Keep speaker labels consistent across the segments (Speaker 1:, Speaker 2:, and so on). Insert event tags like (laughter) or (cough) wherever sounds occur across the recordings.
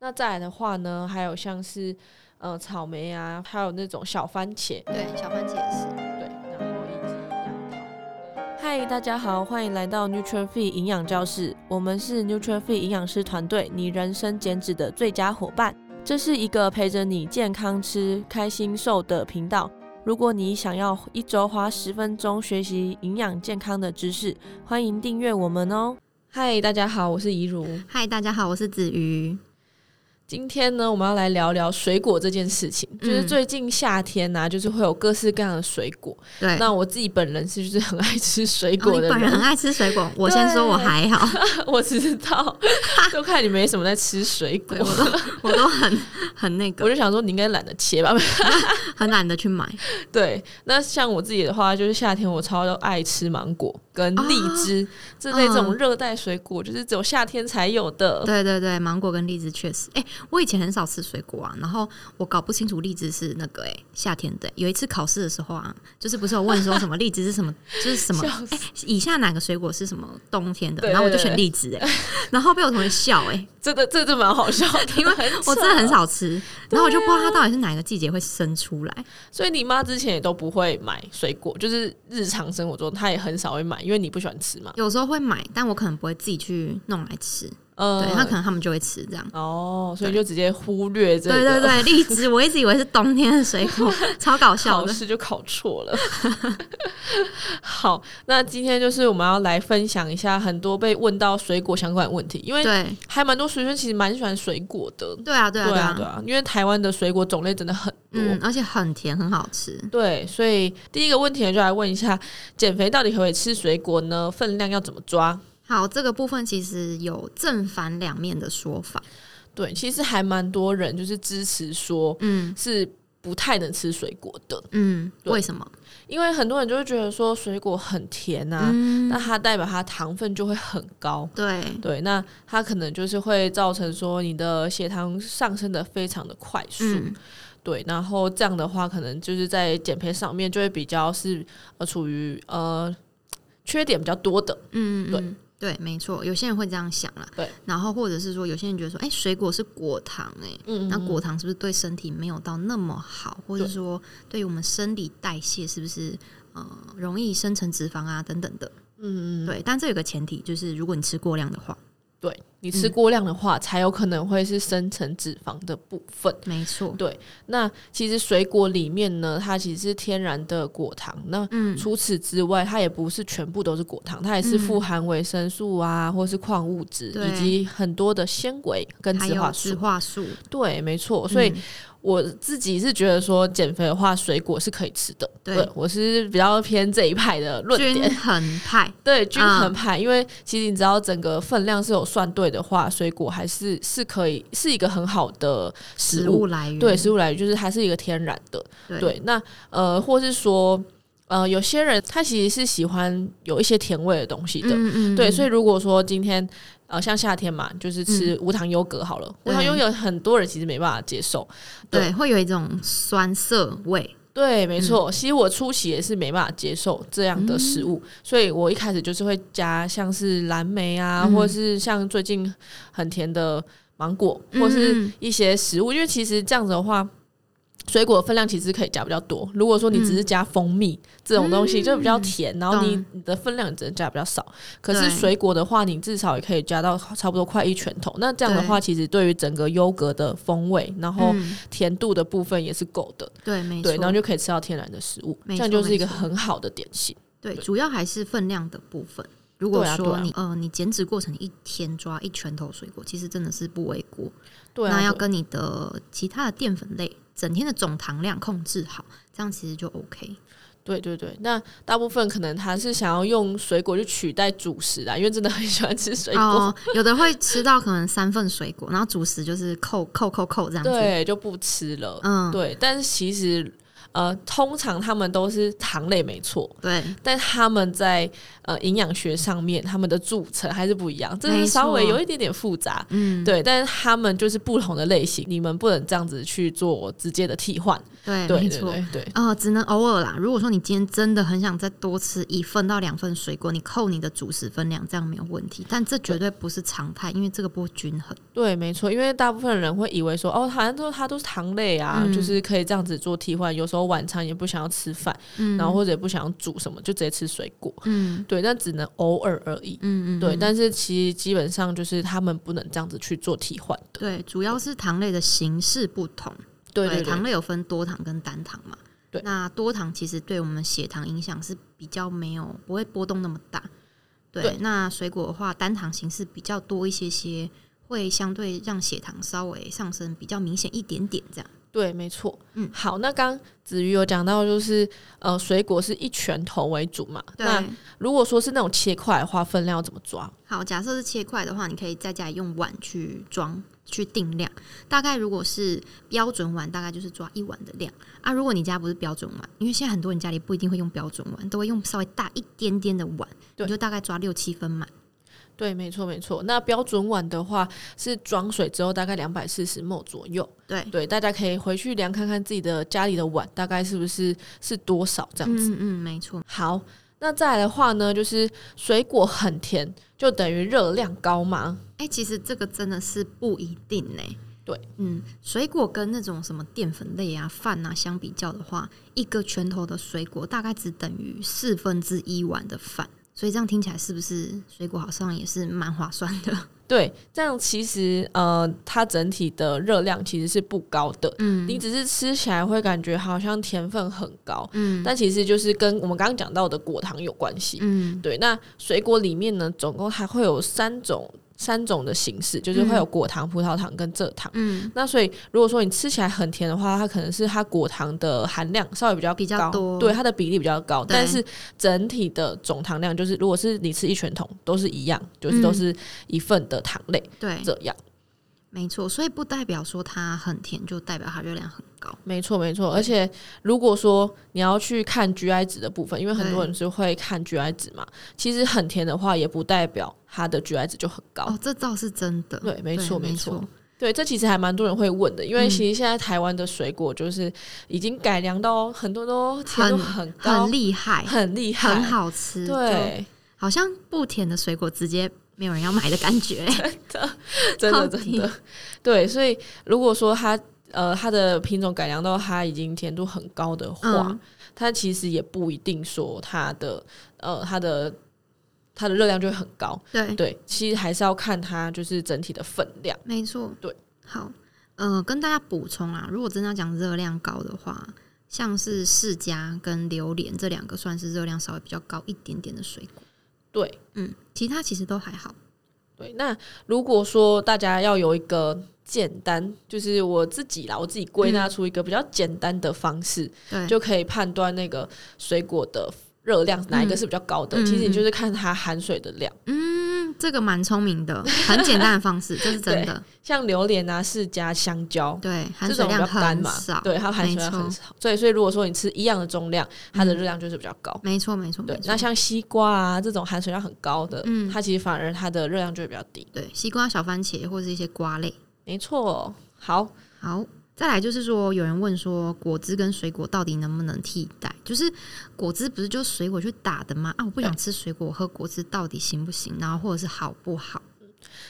Speaker 1: 那再来的话呢，还有像是呃草莓啊，还有那种小番茄，
Speaker 2: 对，小番茄也是。
Speaker 1: 对，然后以及杨桃。嗨，大家好，欢迎来到 NutriFit 营养教室，我们是 NutriFit 营养师团队，你人生减脂的最佳伙伴。这是一个陪着你健康吃、开心瘦的频道。如果你想要一周花十分钟学习营养健康的知识，欢迎订阅我们哦。嗨，大家好，我是怡如。
Speaker 2: 嗨，大家好，我是子瑜。
Speaker 1: 今天呢，我们要来聊聊水果这件事情。就是
Speaker 2: 嗯
Speaker 1: 最近夏天呢、就是会有各式各样的水果。
Speaker 2: 对，
Speaker 1: 那我自己本人是就是很爱吃水
Speaker 2: 哦，
Speaker 1: 果
Speaker 2: 你
Speaker 1: 的
Speaker 2: 本人很爱吃水果，我先说我还好，
Speaker 1: (laughs) 我知
Speaker 2: (laughs)
Speaker 1: 道，就看你没什么在吃水果
Speaker 2: 对，
Speaker 1: (laughs)
Speaker 2: 我都我都很很那
Speaker 1: 我
Speaker 2: 个，
Speaker 1: 就想说你应该懒得切吧。 (laughs)
Speaker 2: 很懒得去买。
Speaker 1: 对，那像我自己的话，就是夏天我超爱吃芒果跟
Speaker 2: 啊
Speaker 1: 荔枝，这类这种
Speaker 2: 嗯
Speaker 1: 热带水果，就是只有夏天才有的。
Speaker 2: 对对对，芒果跟荔枝确实，哎、我以前很少吃水果啊，然后我搞不清楚荔枝是那个哎、夏天的、有一次考试的时候啊，就是不是有问说什么荔枝
Speaker 1: (laughs)
Speaker 2: 是什么，就是什么
Speaker 1: 笑死
Speaker 2: 哎、以下哪个水果是什么冬天的，
Speaker 1: 对对
Speaker 2: 然后我就
Speaker 1: 对
Speaker 2: 选荔枝哎、然后被我同学笑哎、
Speaker 1: 这个这个蛮好笑的，
Speaker 2: (laughs) 因为
Speaker 1: (laughs) 很
Speaker 2: 我真的很
Speaker 1: 扯，啊 (laughs)
Speaker 2: 少吃，然后我就不知道它到底是哪个季节会生出来。
Speaker 1: 所以你妈之前也都不会买水果，就是日常生活中她也很少会买，因为你不喜欢吃嘛。
Speaker 2: 有时候会买，但我可能不会自己去弄来吃，
Speaker 1: 嗯，
Speaker 2: 对，他可能他们就会吃这样。
Speaker 1: 哦，所以就直接忽略这个。
Speaker 2: 对对对，荔枝我一直以为是冬天的水
Speaker 1: (laughs)
Speaker 2: 果，超搞笑
Speaker 1: 考
Speaker 2: 的。
Speaker 1: 试就考错
Speaker 2: (laughs)
Speaker 1: 了。好，那今天就是我们要来分享一下很多被问到水果相关的问题，因为
Speaker 2: 对
Speaker 1: 还蛮多学生其实蛮喜欢水果的。
Speaker 2: 对啊对啊
Speaker 1: 对
Speaker 2: 啊
Speaker 1: 对，啊，因啊为台湾的水果种类真的很多。
Speaker 2: 嗯，而且很甜，很好吃。
Speaker 1: 对，所以第一个问题呢，就来问一下，减肥到底可不可以吃水果呢？分量要怎么抓？
Speaker 2: 好，这个部分其实有正反两面的说法。
Speaker 1: 对，其实还蛮多人就是支持说
Speaker 2: 嗯
Speaker 1: 是不太能吃水果的，
Speaker 2: 嗯，
Speaker 1: 对
Speaker 2: 为什么？
Speaker 1: 因为很多人就会觉得说水果很甜啊，
Speaker 2: 嗯
Speaker 1: 那，它代表它糖分就会很高。
Speaker 2: 对
Speaker 1: 对，那它可能就是会造成说你的血糖上升的非常的快速，
Speaker 2: 嗯
Speaker 1: 对，然后这样的话，可能就是在减肥上面就会比较是呃处于呃缺点比较多的，
Speaker 2: 嗯
Speaker 1: 对
Speaker 2: 嗯。对，没错，有些人会这样想啦。
Speaker 1: 对，
Speaker 2: 然后或者是说，有些人觉得说，哎、水果是果糖、哎，
Speaker 1: 嗯
Speaker 2: 那果糖是不是对身体没有到那么好，或者说对于我们生理代谢是不是呃容易生成脂肪啊等等的？
Speaker 1: 嗯嗯，
Speaker 2: 对，但这有个前提，就是如果你吃过量的话，
Speaker 1: 对你
Speaker 2: 嗯
Speaker 1: 吃过量的话，才有可能会是生成脂肪的部分。
Speaker 2: 没错，
Speaker 1: 那其实水果里面呢，它其实是天然的果糖，那
Speaker 2: 嗯，
Speaker 1: 除此之外，它也不是全部都是果糖，它也是富含维生素啊，或是矿物质，
Speaker 2: 对
Speaker 1: 以及很多的纤维跟
Speaker 2: 还
Speaker 1: 植
Speaker 2: 有
Speaker 1: 化
Speaker 2: 植
Speaker 1: 素。
Speaker 2: 化素，
Speaker 1: 对，没错。所以
Speaker 2: 嗯
Speaker 1: 我自己是觉得说，减肥的话，水果是可以吃的。
Speaker 2: 对
Speaker 1: 我是比较偏这一派的论点
Speaker 2: 均。啊衡派，
Speaker 1: 对均衡派，因为其实你知道整个分量是有算对的话，水果还是是可以是一个很好的食
Speaker 2: 食
Speaker 1: 物。
Speaker 2: 物来源，
Speaker 1: 对，食物来源就是它是一个天然的。
Speaker 2: 嗯对
Speaker 1: 对，那呃，或是说呃，有些人他其实是喜欢有一些甜味的东西的，
Speaker 2: 嗯嗯，
Speaker 1: 对，所
Speaker 2: 以
Speaker 1: 以如果说今天呃，像夏天嘛，就是吃无糖优格好了，无糖
Speaker 2: 嗯对
Speaker 1: 优格很多人其实没办法接受，对
Speaker 2: 对会有一种酸涩味，
Speaker 1: 对，
Speaker 2: 嗯
Speaker 1: 没错，其实我初期也是没办法接受这样的食物，
Speaker 2: 嗯
Speaker 1: 所以我一开始就是会加像是蓝莓啊，
Speaker 2: 嗯
Speaker 1: 或者是像最近很甜的芒果，或是
Speaker 2: 嗯
Speaker 1: 一些食物，因为其实这样子的话。水果的分量其实可以加比较多。如果说你只是加蜂蜜、这种东西，就比较甜，然后你
Speaker 2: 嗯懂
Speaker 1: 你的分量只能加比较少。可是
Speaker 2: 对
Speaker 1: 水果的话，你至少也可以加到差不多快一拳头。那这样的话，其实对于整个优格的风味，然后
Speaker 2: 嗯
Speaker 1: 甜度的部分也是够的。
Speaker 2: 对，没
Speaker 1: 对，然后
Speaker 2: 错，
Speaker 1: 就可以吃到天然的食物，这
Speaker 2: 没
Speaker 1: 样
Speaker 2: 错
Speaker 1: 就是一
Speaker 2: 没
Speaker 1: 个
Speaker 2: 错
Speaker 1: 很好的点心。
Speaker 2: 对，
Speaker 1: 对
Speaker 2: 主要还是分量的部分。如果
Speaker 1: 对啊对
Speaker 2: 说
Speaker 1: 啊
Speaker 2: 你呃你减脂过程一天抓一拳头水果，其实真的是不为过。
Speaker 1: 对啊，
Speaker 2: 那要
Speaker 1: 对
Speaker 2: 跟你的其他的淀粉类整天的总糖量控制好，这样其实就 OK。
Speaker 1: 对对对，那大部分可能他是想要用水果去取代主食啊，因为真的很喜欢吃水果， (laughs)
Speaker 2: 哦， (laughs) 有的会吃到可能三份水果，然后主食就是扣扣扣扣这样子。
Speaker 1: 对，就不吃了。
Speaker 2: 嗯，
Speaker 1: 对，但是其实呃，通常他们都是糖类没错，
Speaker 2: 对，
Speaker 1: 但他们在呃营养学上面，他们的组成还是不一样，这
Speaker 2: 没
Speaker 1: 是
Speaker 2: 错
Speaker 1: 稍微有一点点复杂。
Speaker 2: 嗯，
Speaker 1: 对，但是他们就是不同的类型，你们不能这样子去做直接的替换。
Speaker 2: 对，
Speaker 1: 对
Speaker 2: 哎没
Speaker 1: 对
Speaker 2: 错。
Speaker 1: 对对，
Speaker 2: 哦，只能偶尔啦。如果说你今天真的很想再多吃一份到两份水果，你扣你的主食分量，这样没有问题。但这绝对不是常态，因为这个不均衡。
Speaker 1: 对，没错，因为大部分人会以为说，哦，好像都它都是糖类啊，
Speaker 2: 嗯
Speaker 1: 就是可以这样子做替换。有时候晚餐也不想要吃饭，
Speaker 2: 嗯，
Speaker 1: 然后或者也不想要煮什么，就直接吃水果。
Speaker 2: 嗯
Speaker 1: 对，但只能偶尔而已。
Speaker 2: 嗯嗯，
Speaker 1: 对，
Speaker 2: 嗯
Speaker 1: 但是其实基本上就是他们不能这样子去做替换的。
Speaker 2: 对，主要是糖类的形式不同。
Speaker 1: 对对对
Speaker 2: 糖类有分多糖跟单糖嘛。
Speaker 1: 对
Speaker 2: 那多糖其实对我们血糖影响是比较没有，不会波动那么大。对，
Speaker 1: 对
Speaker 2: 那水果的话，单糖形式比较多一些些，会相对让血糖稍微上升比较明显一点点，这样。
Speaker 1: 对，没错。
Speaker 2: 嗯
Speaker 1: 好，那刚子瑜有讲到，就是呃，水果是以拳头为主嘛。那
Speaker 2: 对，
Speaker 1: 如果说是那种切块的话，分量要怎么抓？
Speaker 2: 好，假设是切块的话，你可以在家里用碗去装。去定量，大概如果是标准碗，大概就是抓一碗的量啊。如果你家不是标准碗，因为现在很多人家里不一定会用标准碗，都会用稍微大一点点的碗，
Speaker 1: 对
Speaker 2: 你就大概抓六七分满。
Speaker 1: 对，没错，没错。那标准碗的话是装水之后大概两百四十 ml 左右。
Speaker 2: 对，
Speaker 1: 对，大家可以回去量看看自己的家里的碗大概是不是是多少这样子。
Speaker 2: 嗯嗯，没错。
Speaker 1: 好，那再来的话呢，就是水果很甜，就等于热量高吗？
Speaker 2: 哎、其实这个真的是不一定呢、
Speaker 1: 对，
Speaker 2: 嗯，水果跟那种什么淀粉类啊、饭啊相比较的话，一个拳头的水果大概只等于四分之一碗的饭，所以这样听起来是不是水果好像也是蛮划算
Speaker 1: (laughs)
Speaker 2: 的？
Speaker 1: 对，这样其实呃，它整体的热量其实是不高的，
Speaker 2: 嗯
Speaker 1: 你只是吃起来会感觉好像甜分很高，
Speaker 2: 嗯
Speaker 1: 但其实就是跟我们刚刚讲到的果糖有关系。
Speaker 2: 嗯，
Speaker 1: 对，那水果里面呢，总共还会有三种三种的形式，就是会有果糖、葡萄糖跟蔗糖。
Speaker 2: 嗯，
Speaker 1: 那所以，如果说你吃起来很甜的话，它可能是它果糖的含量稍微比较高
Speaker 2: 比较多
Speaker 1: 对它的比例比较高，
Speaker 2: 对
Speaker 1: 但是整体的总糖量就是，如果是你吃一拳桶都是一样，就是都
Speaker 2: 嗯
Speaker 1: 是一份的糖类、
Speaker 2: (laughs) 对，
Speaker 1: 这样。
Speaker 2: 没错。所以不代表说它很甜，就代表它热量很高。
Speaker 1: 没错，没错。而且如果说你要去看 GI 值的部分，因为很多
Speaker 2: 对
Speaker 1: 人是会看 GI 值嘛，其实很甜的话，也不代表它的 GI 值就很高。
Speaker 2: 哦，这倒是真的。
Speaker 1: 对没错
Speaker 2: 没
Speaker 1: 没错。对，这其实还蛮多人会问的，因
Speaker 2: 嗯
Speaker 1: 为其实现在台湾的水果就是已经改良到很多都甜度很高，
Speaker 2: 很厉害，
Speaker 1: 很厉害，
Speaker 2: 很好吃。就
Speaker 1: 对，
Speaker 2: 好像不甜的水果直接没有人要买的感
Speaker 1: (laughs)
Speaker 2: 觉。
Speaker 1: 真的
Speaker 2: 好
Speaker 1: 真
Speaker 2: 甜
Speaker 1: 的，对。所以如果说它呃它的品种改良到它已经甜度很高的话，
Speaker 2: 嗯
Speaker 1: 它其实也不一定说它的呃它的它的热量就会很高。
Speaker 2: 对，
Speaker 1: 对，其实还是要看它就是整体的分量。
Speaker 2: 没错，
Speaker 1: 对。
Speaker 2: 好，呃，跟大家补充啊，如果真的要讲热量高的话，像是释迦跟榴莲这两个算是热量稍微比较高一点点的水果。
Speaker 1: 对
Speaker 2: 嗯，其他其实都还好。
Speaker 1: 对，那如果说大家要有一个简单，就是我自己啦，我自己归
Speaker 2: 嗯
Speaker 1: 纳出一个比较简单的方式，
Speaker 2: 对，
Speaker 1: 就可以判断那个水果的热量哪一个是比较高的。
Speaker 2: 嗯
Speaker 1: 其实你就是看它含水的量，
Speaker 2: 嗯，这个蛮聪
Speaker 1: (laughs)
Speaker 2: 明的，很简单的方式，这是真的。
Speaker 1: 像榴莲啊、释迦、香蕉。
Speaker 2: 对，含
Speaker 1: 这
Speaker 2: 水
Speaker 1: 种比较
Speaker 2: 量
Speaker 1: 干
Speaker 2: 很
Speaker 1: 嘛
Speaker 2: 少。？
Speaker 1: 对，它含水
Speaker 2: 没
Speaker 1: 量
Speaker 2: 错
Speaker 1: 很少，所以所以如果说你吃一样的重量，它的热量就是比较高。
Speaker 2: 没错，没错，
Speaker 1: 对
Speaker 2: 没，错
Speaker 1: 那。像西瓜啊这种含水量很高的，
Speaker 2: 嗯
Speaker 1: 它其实反而它的热量就会比较低。
Speaker 2: 对，西瓜、小番茄或是一些瓜类。
Speaker 1: 没错，好，
Speaker 2: 好，再来就是说，有人问说，果汁跟水果到底能不能替代？就是果汁不是就水果去打的吗？啊，我不想吃水果，我喝果汁到底行不行？然后或者是好不好？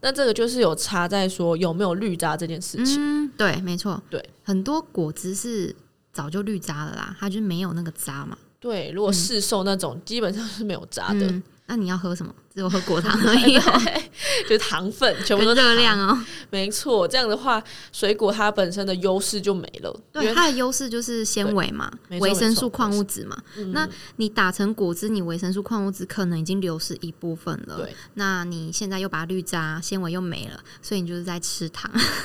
Speaker 1: 那这个就是有差在说有没有绿渣这件事情。
Speaker 2: 嗯，对，没错，
Speaker 1: 对，
Speaker 2: 很多果汁是早就绿渣了啦，它就没有那个渣嘛。
Speaker 1: 对，如果市售那种、基本上是没有渣 (laughs) 的，
Speaker 2: 嗯，那你要喝什么？只有喝
Speaker 1: (laughs)
Speaker 2: 果糖而 (laughs) 已、哦，
Speaker 1: 就是糖分全部
Speaker 2: (laughs) 跟
Speaker 1: 都
Speaker 2: 热
Speaker 1: 是
Speaker 2: 量哦。
Speaker 1: 没错，这样的话，水果它本身的优势就没了。因
Speaker 2: 对，
Speaker 1: 为
Speaker 2: 它的优势就是纤维嘛，
Speaker 1: 对没错
Speaker 2: 维生
Speaker 1: 没错嗯
Speaker 2: 素、矿物质嘛。那你打成果汁，你维生素、矿物质可能已经流失一部分了。
Speaker 1: 对，
Speaker 2: 那你现在又把绿渣、纤维又没了，所以你就是在吃糖。 (laughs)
Speaker 1: (laughs)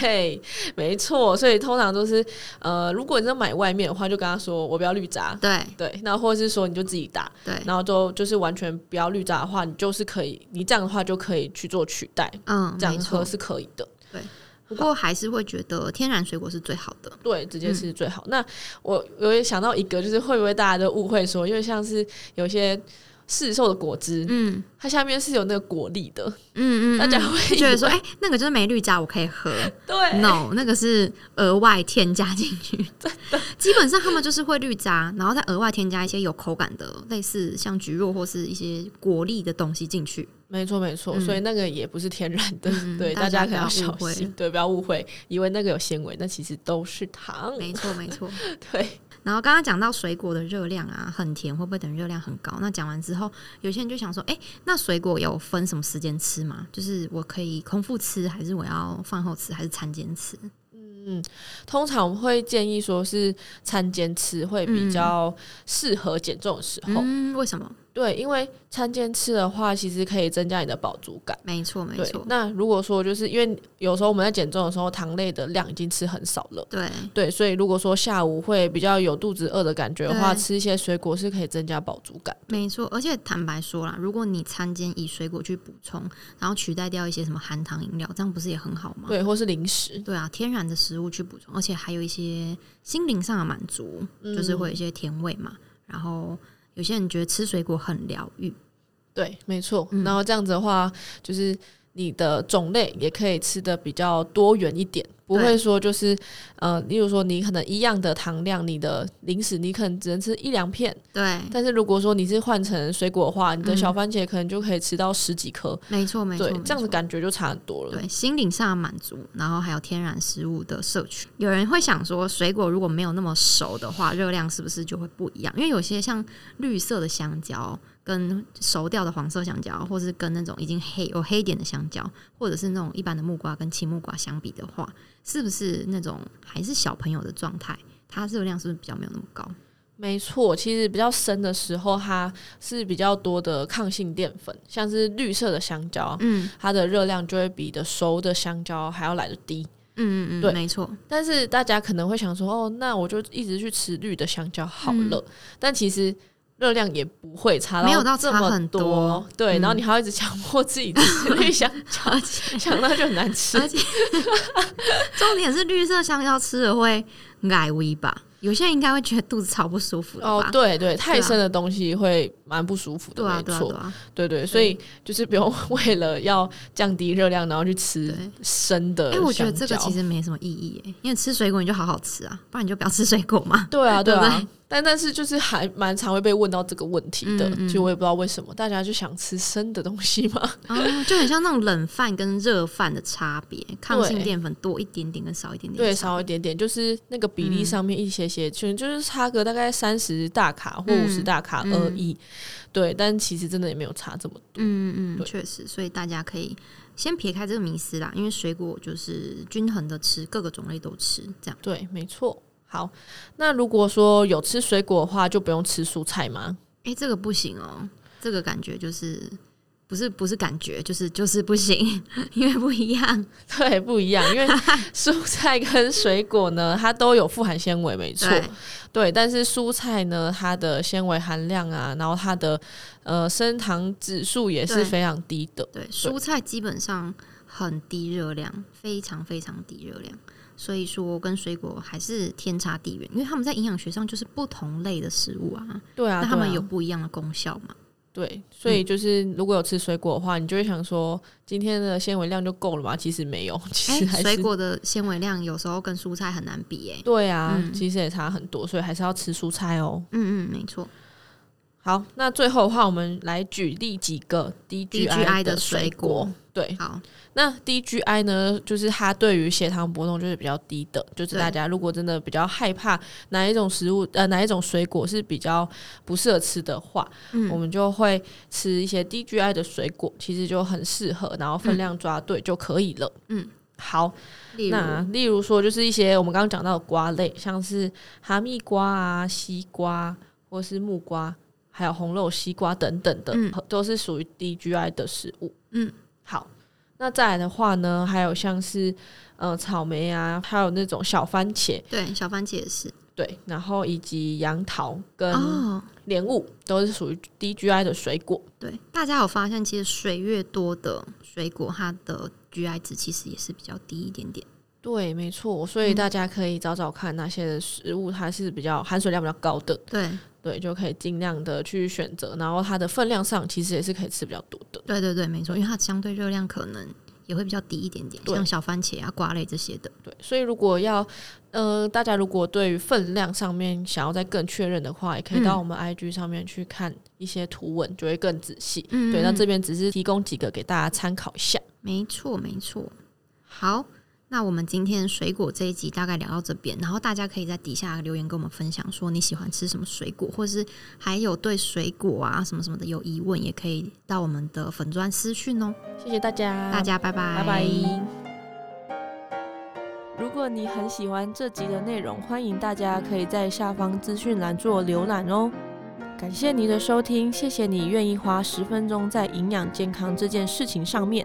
Speaker 1: 对，没错，所以通常都是呃，如果你在买外面的话，就跟他说我不要绿渣，
Speaker 2: 对
Speaker 1: 对，那或者是说你就自己打，
Speaker 2: 对，
Speaker 1: 然后就就是完全不要绿渣的话，你就是可以，你这样的话就可以去做取代，
Speaker 2: 嗯，
Speaker 1: 这样
Speaker 2: 没
Speaker 1: 喝
Speaker 2: 错，
Speaker 1: 是可以的。
Speaker 2: 对，不过还是会觉得天然水果是最好的。
Speaker 1: 对，直
Speaker 2: 嗯
Speaker 1: 接吃是最好。那我我也想到一个，就是会不会大家都误会说，因为像是有些市售的果汁，
Speaker 2: 嗯
Speaker 1: 它下面是有那个果粒的，
Speaker 2: 嗯嗯，
Speaker 1: 大家
Speaker 2: 嗯
Speaker 1: 会
Speaker 2: 觉
Speaker 1: 以
Speaker 2: 得
Speaker 1: 为
Speaker 2: 说，哎、那个就是没绿渣，我可
Speaker 1: (laughs)
Speaker 2: 以喝。
Speaker 1: 对
Speaker 2: No，那个是额外添加进去的。基本上他们就是会绿渣，然后再额外添加一些有口感的，类似像橘肉或是一些果粒的东西进去。
Speaker 1: 没错没错，
Speaker 2: 嗯
Speaker 1: 所以那个也不是天然的，
Speaker 2: 嗯
Speaker 1: 对
Speaker 2: 大
Speaker 1: 家
Speaker 2: 家
Speaker 1: 可能要
Speaker 2: 不要
Speaker 1: 小
Speaker 2: 误会
Speaker 1: 心，对，不要误会，以为那个有纤维，那其实都是糖，
Speaker 2: 没错，没错。
Speaker 1: 对，
Speaker 2: 然后刚刚讲到水果的热量啊，很甜会不会等于热量很高？那讲完之后，有些人就想说，哎、那水果有分什么时间吃吗？就是我可以空腹吃，还是我要饭后吃，还是餐间吃？
Speaker 1: 嗯，通常我们会建议说是餐间吃会比
Speaker 2: 嗯
Speaker 1: 较适合减重的时候，
Speaker 2: 嗯，为什么？
Speaker 1: 对，因为餐间吃的话，其实可以增加你的饱足感。
Speaker 2: 没错，没
Speaker 1: 对
Speaker 2: 错，，
Speaker 1: 那如果说就是因为有时候我们在减重的时候，糖类的量已经吃很少了，
Speaker 2: 对，
Speaker 1: 对，所以如果说下午会比较有肚子饿的感觉的话，
Speaker 2: 对
Speaker 1: 吃一些水果是可以增加饱足感。
Speaker 2: 没错。而且坦白说啦，如果你餐间以水果去补充，然后取代掉一些什么含糖饮料，这样不是也很好吗？
Speaker 1: 对，或是零食，
Speaker 2: 对啊，天然的食物去补充，而且还有一些心灵上的满足，就是
Speaker 1: 嗯
Speaker 2: 会有一些甜味嘛。然后有些人觉得吃水果很疗愈，
Speaker 1: 对，没错。
Speaker 2: 嗯
Speaker 1: 然后这样子的话，就是你的种类也可以吃的比较多元一点，不
Speaker 2: 对
Speaker 1: 会说就是呃，例如说你可能一样的糖量，你的零食你可能只能吃一两片，
Speaker 2: 对，
Speaker 1: 但是如果说你是换成水果的话，你的
Speaker 2: 嗯
Speaker 1: 小番茄可能就可以吃到十几颗，
Speaker 2: 没错没错，
Speaker 1: 对
Speaker 2: 没，
Speaker 1: 这样子
Speaker 2: 错
Speaker 1: 感觉就差很多了。
Speaker 2: 对心灵上的满足，然后还有天然食物的摄取。有人会想说，水果如果没有那么熟的话，热量是不是就会不一样？因为有些像绿色的香蕉。跟熟掉的黄色香蕉，或是跟那种已经黑有黑点的香蕉，或者是那种一般的木瓜跟青木瓜相比的话，是不是那种还是小朋友的状态，它热量是不是比较没有那么高？
Speaker 1: 没错，其实比较深的时候，它是比较多的抗性淀粉，像是绿色的香蕉，
Speaker 2: 嗯
Speaker 1: 它的热量就会比的熟的香蕉还要来的低。
Speaker 2: 嗯嗯
Speaker 1: 对
Speaker 2: 嗯，没错，
Speaker 1: 但是大家可能会想说，哦，那我就一直去吃绿的香蕉好了。但其实热量也不会差
Speaker 2: 嗯没有到
Speaker 1: 这
Speaker 2: 差
Speaker 1: 么
Speaker 2: 很
Speaker 1: 多，
Speaker 2: 多
Speaker 1: 对。
Speaker 2: 嗯
Speaker 1: 然后你还要一直强迫自己吃
Speaker 2: (laughs)
Speaker 1: 绿香
Speaker 2: 而
Speaker 1: 蕉，
Speaker 2: 且
Speaker 1: 想到就很难吃 (laughs)
Speaker 2: 而。且重点是绿色香蕉吃了会矮微吧？有些人应该会觉得肚子超不舒服的
Speaker 1: 哦
Speaker 2: 吧？，
Speaker 1: 对对，太深的东西会蛮不舒服的，没
Speaker 2: 啊对啊，对啊，
Speaker 1: 错
Speaker 2: 对，啊，
Speaker 1: 对对，所以就是不用 (laughs) 为了要降低热量，然后去吃
Speaker 2: 对
Speaker 1: 生的
Speaker 2: 哎、
Speaker 1: 香蕉。
Speaker 2: 我觉得这个其实没什么意义耶，因为吃水果你就好好吃啊，不然你就不要吃水果
Speaker 1: (laughs)
Speaker 2: 嘛。
Speaker 1: 对啊，对
Speaker 2: 对
Speaker 1: 啊
Speaker 2: 不对，
Speaker 1: 但但是就是还蛮常会被问到这个问题的，
Speaker 2: 嗯嗯
Speaker 1: 就我也不知道为什么大家就想吃生的东西
Speaker 2: (laughs)
Speaker 1: 嘛。
Speaker 2: 哦，就很像那种冷饭跟热饭的差别，抗性
Speaker 1: 对
Speaker 2: 淀粉多一点点跟少一点点的
Speaker 1: 对，
Speaker 2: 差
Speaker 1: 少一点点，就是那个比例
Speaker 2: 嗯
Speaker 1: 上面一些些，就、就是差个大概三十大卡或五十
Speaker 2: 嗯
Speaker 1: 大卡
Speaker 2: 嗯
Speaker 1: 而已。对，但其实真的也没有差这么多。
Speaker 2: 嗯嗯，
Speaker 1: 对
Speaker 2: 确实，所以大家可以先撇开这个迷思啦，因为水果就是均衡的吃，各个种类都吃，这样。
Speaker 1: 对，没错。好，那如果说有吃水果的话，就不用吃蔬菜吗？
Speaker 2: 哎、这个不行哦，这个感觉就是不是不是感觉，就是就是不行， (laughs) 因为不一样。
Speaker 1: (laughs) 对，不一样，因为
Speaker 2: (laughs)
Speaker 1: 蔬菜跟水果呢， (laughs) 它都有富含纤维，没错。
Speaker 2: 对，
Speaker 1: 对，但是蔬菜呢，它的纤维含量啊，然后它的呃升糖指数也是
Speaker 2: 对
Speaker 1: 非常低的。
Speaker 2: 对，蔬菜基本上很低热量，非常非常低热量，所以说跟水果还是天差地远，因为他们在营养学上就是不同类的食物啊，
Speaker 1: 对啊，
Speaker 2: 那他
Speaker 1: 对
Speaker 2: 们
Speaker 1: 啊
Speaker 2: 有嗯不一样的功效嘛。
Speaker 1: 对，所以就是如果有吃水果的话，你就会想说今天的纤维量就够了嘛？其实没有， (laughs) 其
Speaker 2: 哎、
Speaker 1: 实 (laughs) 还是、
Speaker 2: 水果的纤维量有时候跟蔬菜很难比、哎，
Speaker 1: 对啊，
Speaker 2: 嗯
Speaker 1: 其实也差很多，所以还是要吃蔬菜哦。
Speaker 2: 嗯嗯，没错
Speaker 1: 好，那最后的话，我们来举例几个 DGI
Speaker 2: DGI
Speaker 1: 的
Speaker 2: 的水
Speaker 1: 果。
Speaker 2: 果
Speaker 1: 对，
Speaker 2: 好，
Speaker 1: 那 DGI 呢，就是它对于血糖波动就是比较低的，就是
Speaker 2: 对
Speaker 1: 大家如果真的比较害怕哪一种食物呃哪一种水果是比较不适合吃的话，
Speaker 2: 嗯
Speaker 1: 我们就会吃一些 DGI 的水果，其实就很适合，然后分量抓对就可以了。
Speaker 2: 嗯，
Speaker 1: 好，
Speaker 2: 例如
Speaker 1: 那例如说就是一些我们刚刚讲到的瓜类，像是哈密瓜啊、西瓜或是木瓜，还有红肉西瓜等等的，
Speaker 2: 嗯
Speaker 1: 都是属于 DGI 的食物。
Speaker 2: 嗯，
Speaker 1: 好。那再来的话呢，还有像是呃草莓啊，还有那种小番茄，
Speaker 2: 对小番茄也是
Speaker 1: 对，然后以及杨桃跟
Speaker 2: 哦，
Speaker 1: 莲雾、都是属于 DGI 的水果。
Speaker 2: 对，大家有发现，其实水越多的水果，它的 GI 值其实也是比较低一点点。
Speaker 1: 对，没错，所以大家可以找找看哪些食物它是比较含水量比较高的，
Speaker 2: 对
Speaker 1: 对，就可以尽量的去选择，然后它的分量上其实也是可以吃比较多的。
Speaker 2: 对对对，没错，因为它相对热量可能也会比较低一点点，
Speaker 1: 对
Speaker 2: 像小番茄啊、瓜类这些的。
Speaker 1: 对，所以如果要，呃，大家如果对于分量上面想要再更确认的话，也可以到
Speaker 2: 嗯
Speaker 1: 我们 IG 上面去看一些图文，就会更仔细。
Speaker 2: 嗯
Speaker 1: 对，那
Speaker 2: 嗯
Speaker 1: 这边只是提供几个给大家参考一下。
Speaker 2: 没错，没错。好，那我们今天水果这一集大概聊到这边，然后大家可以在底下留言跟我们分享，说你喜欢吃什么水果，或是还有对水果啊什么什么的有疑问，也可以到我们的粉砖私讯哦。
Speaker 1: 谢谢大家，
Speaker 2: 大家拜拜，
Speaker 1: 拜拜。如果你很喜欢这集的内容，欢迎大家可以在下方资讯栏做浏览哦。感谢你的收听，谢谢你愿意花十分钟在营养健康这件事情上面。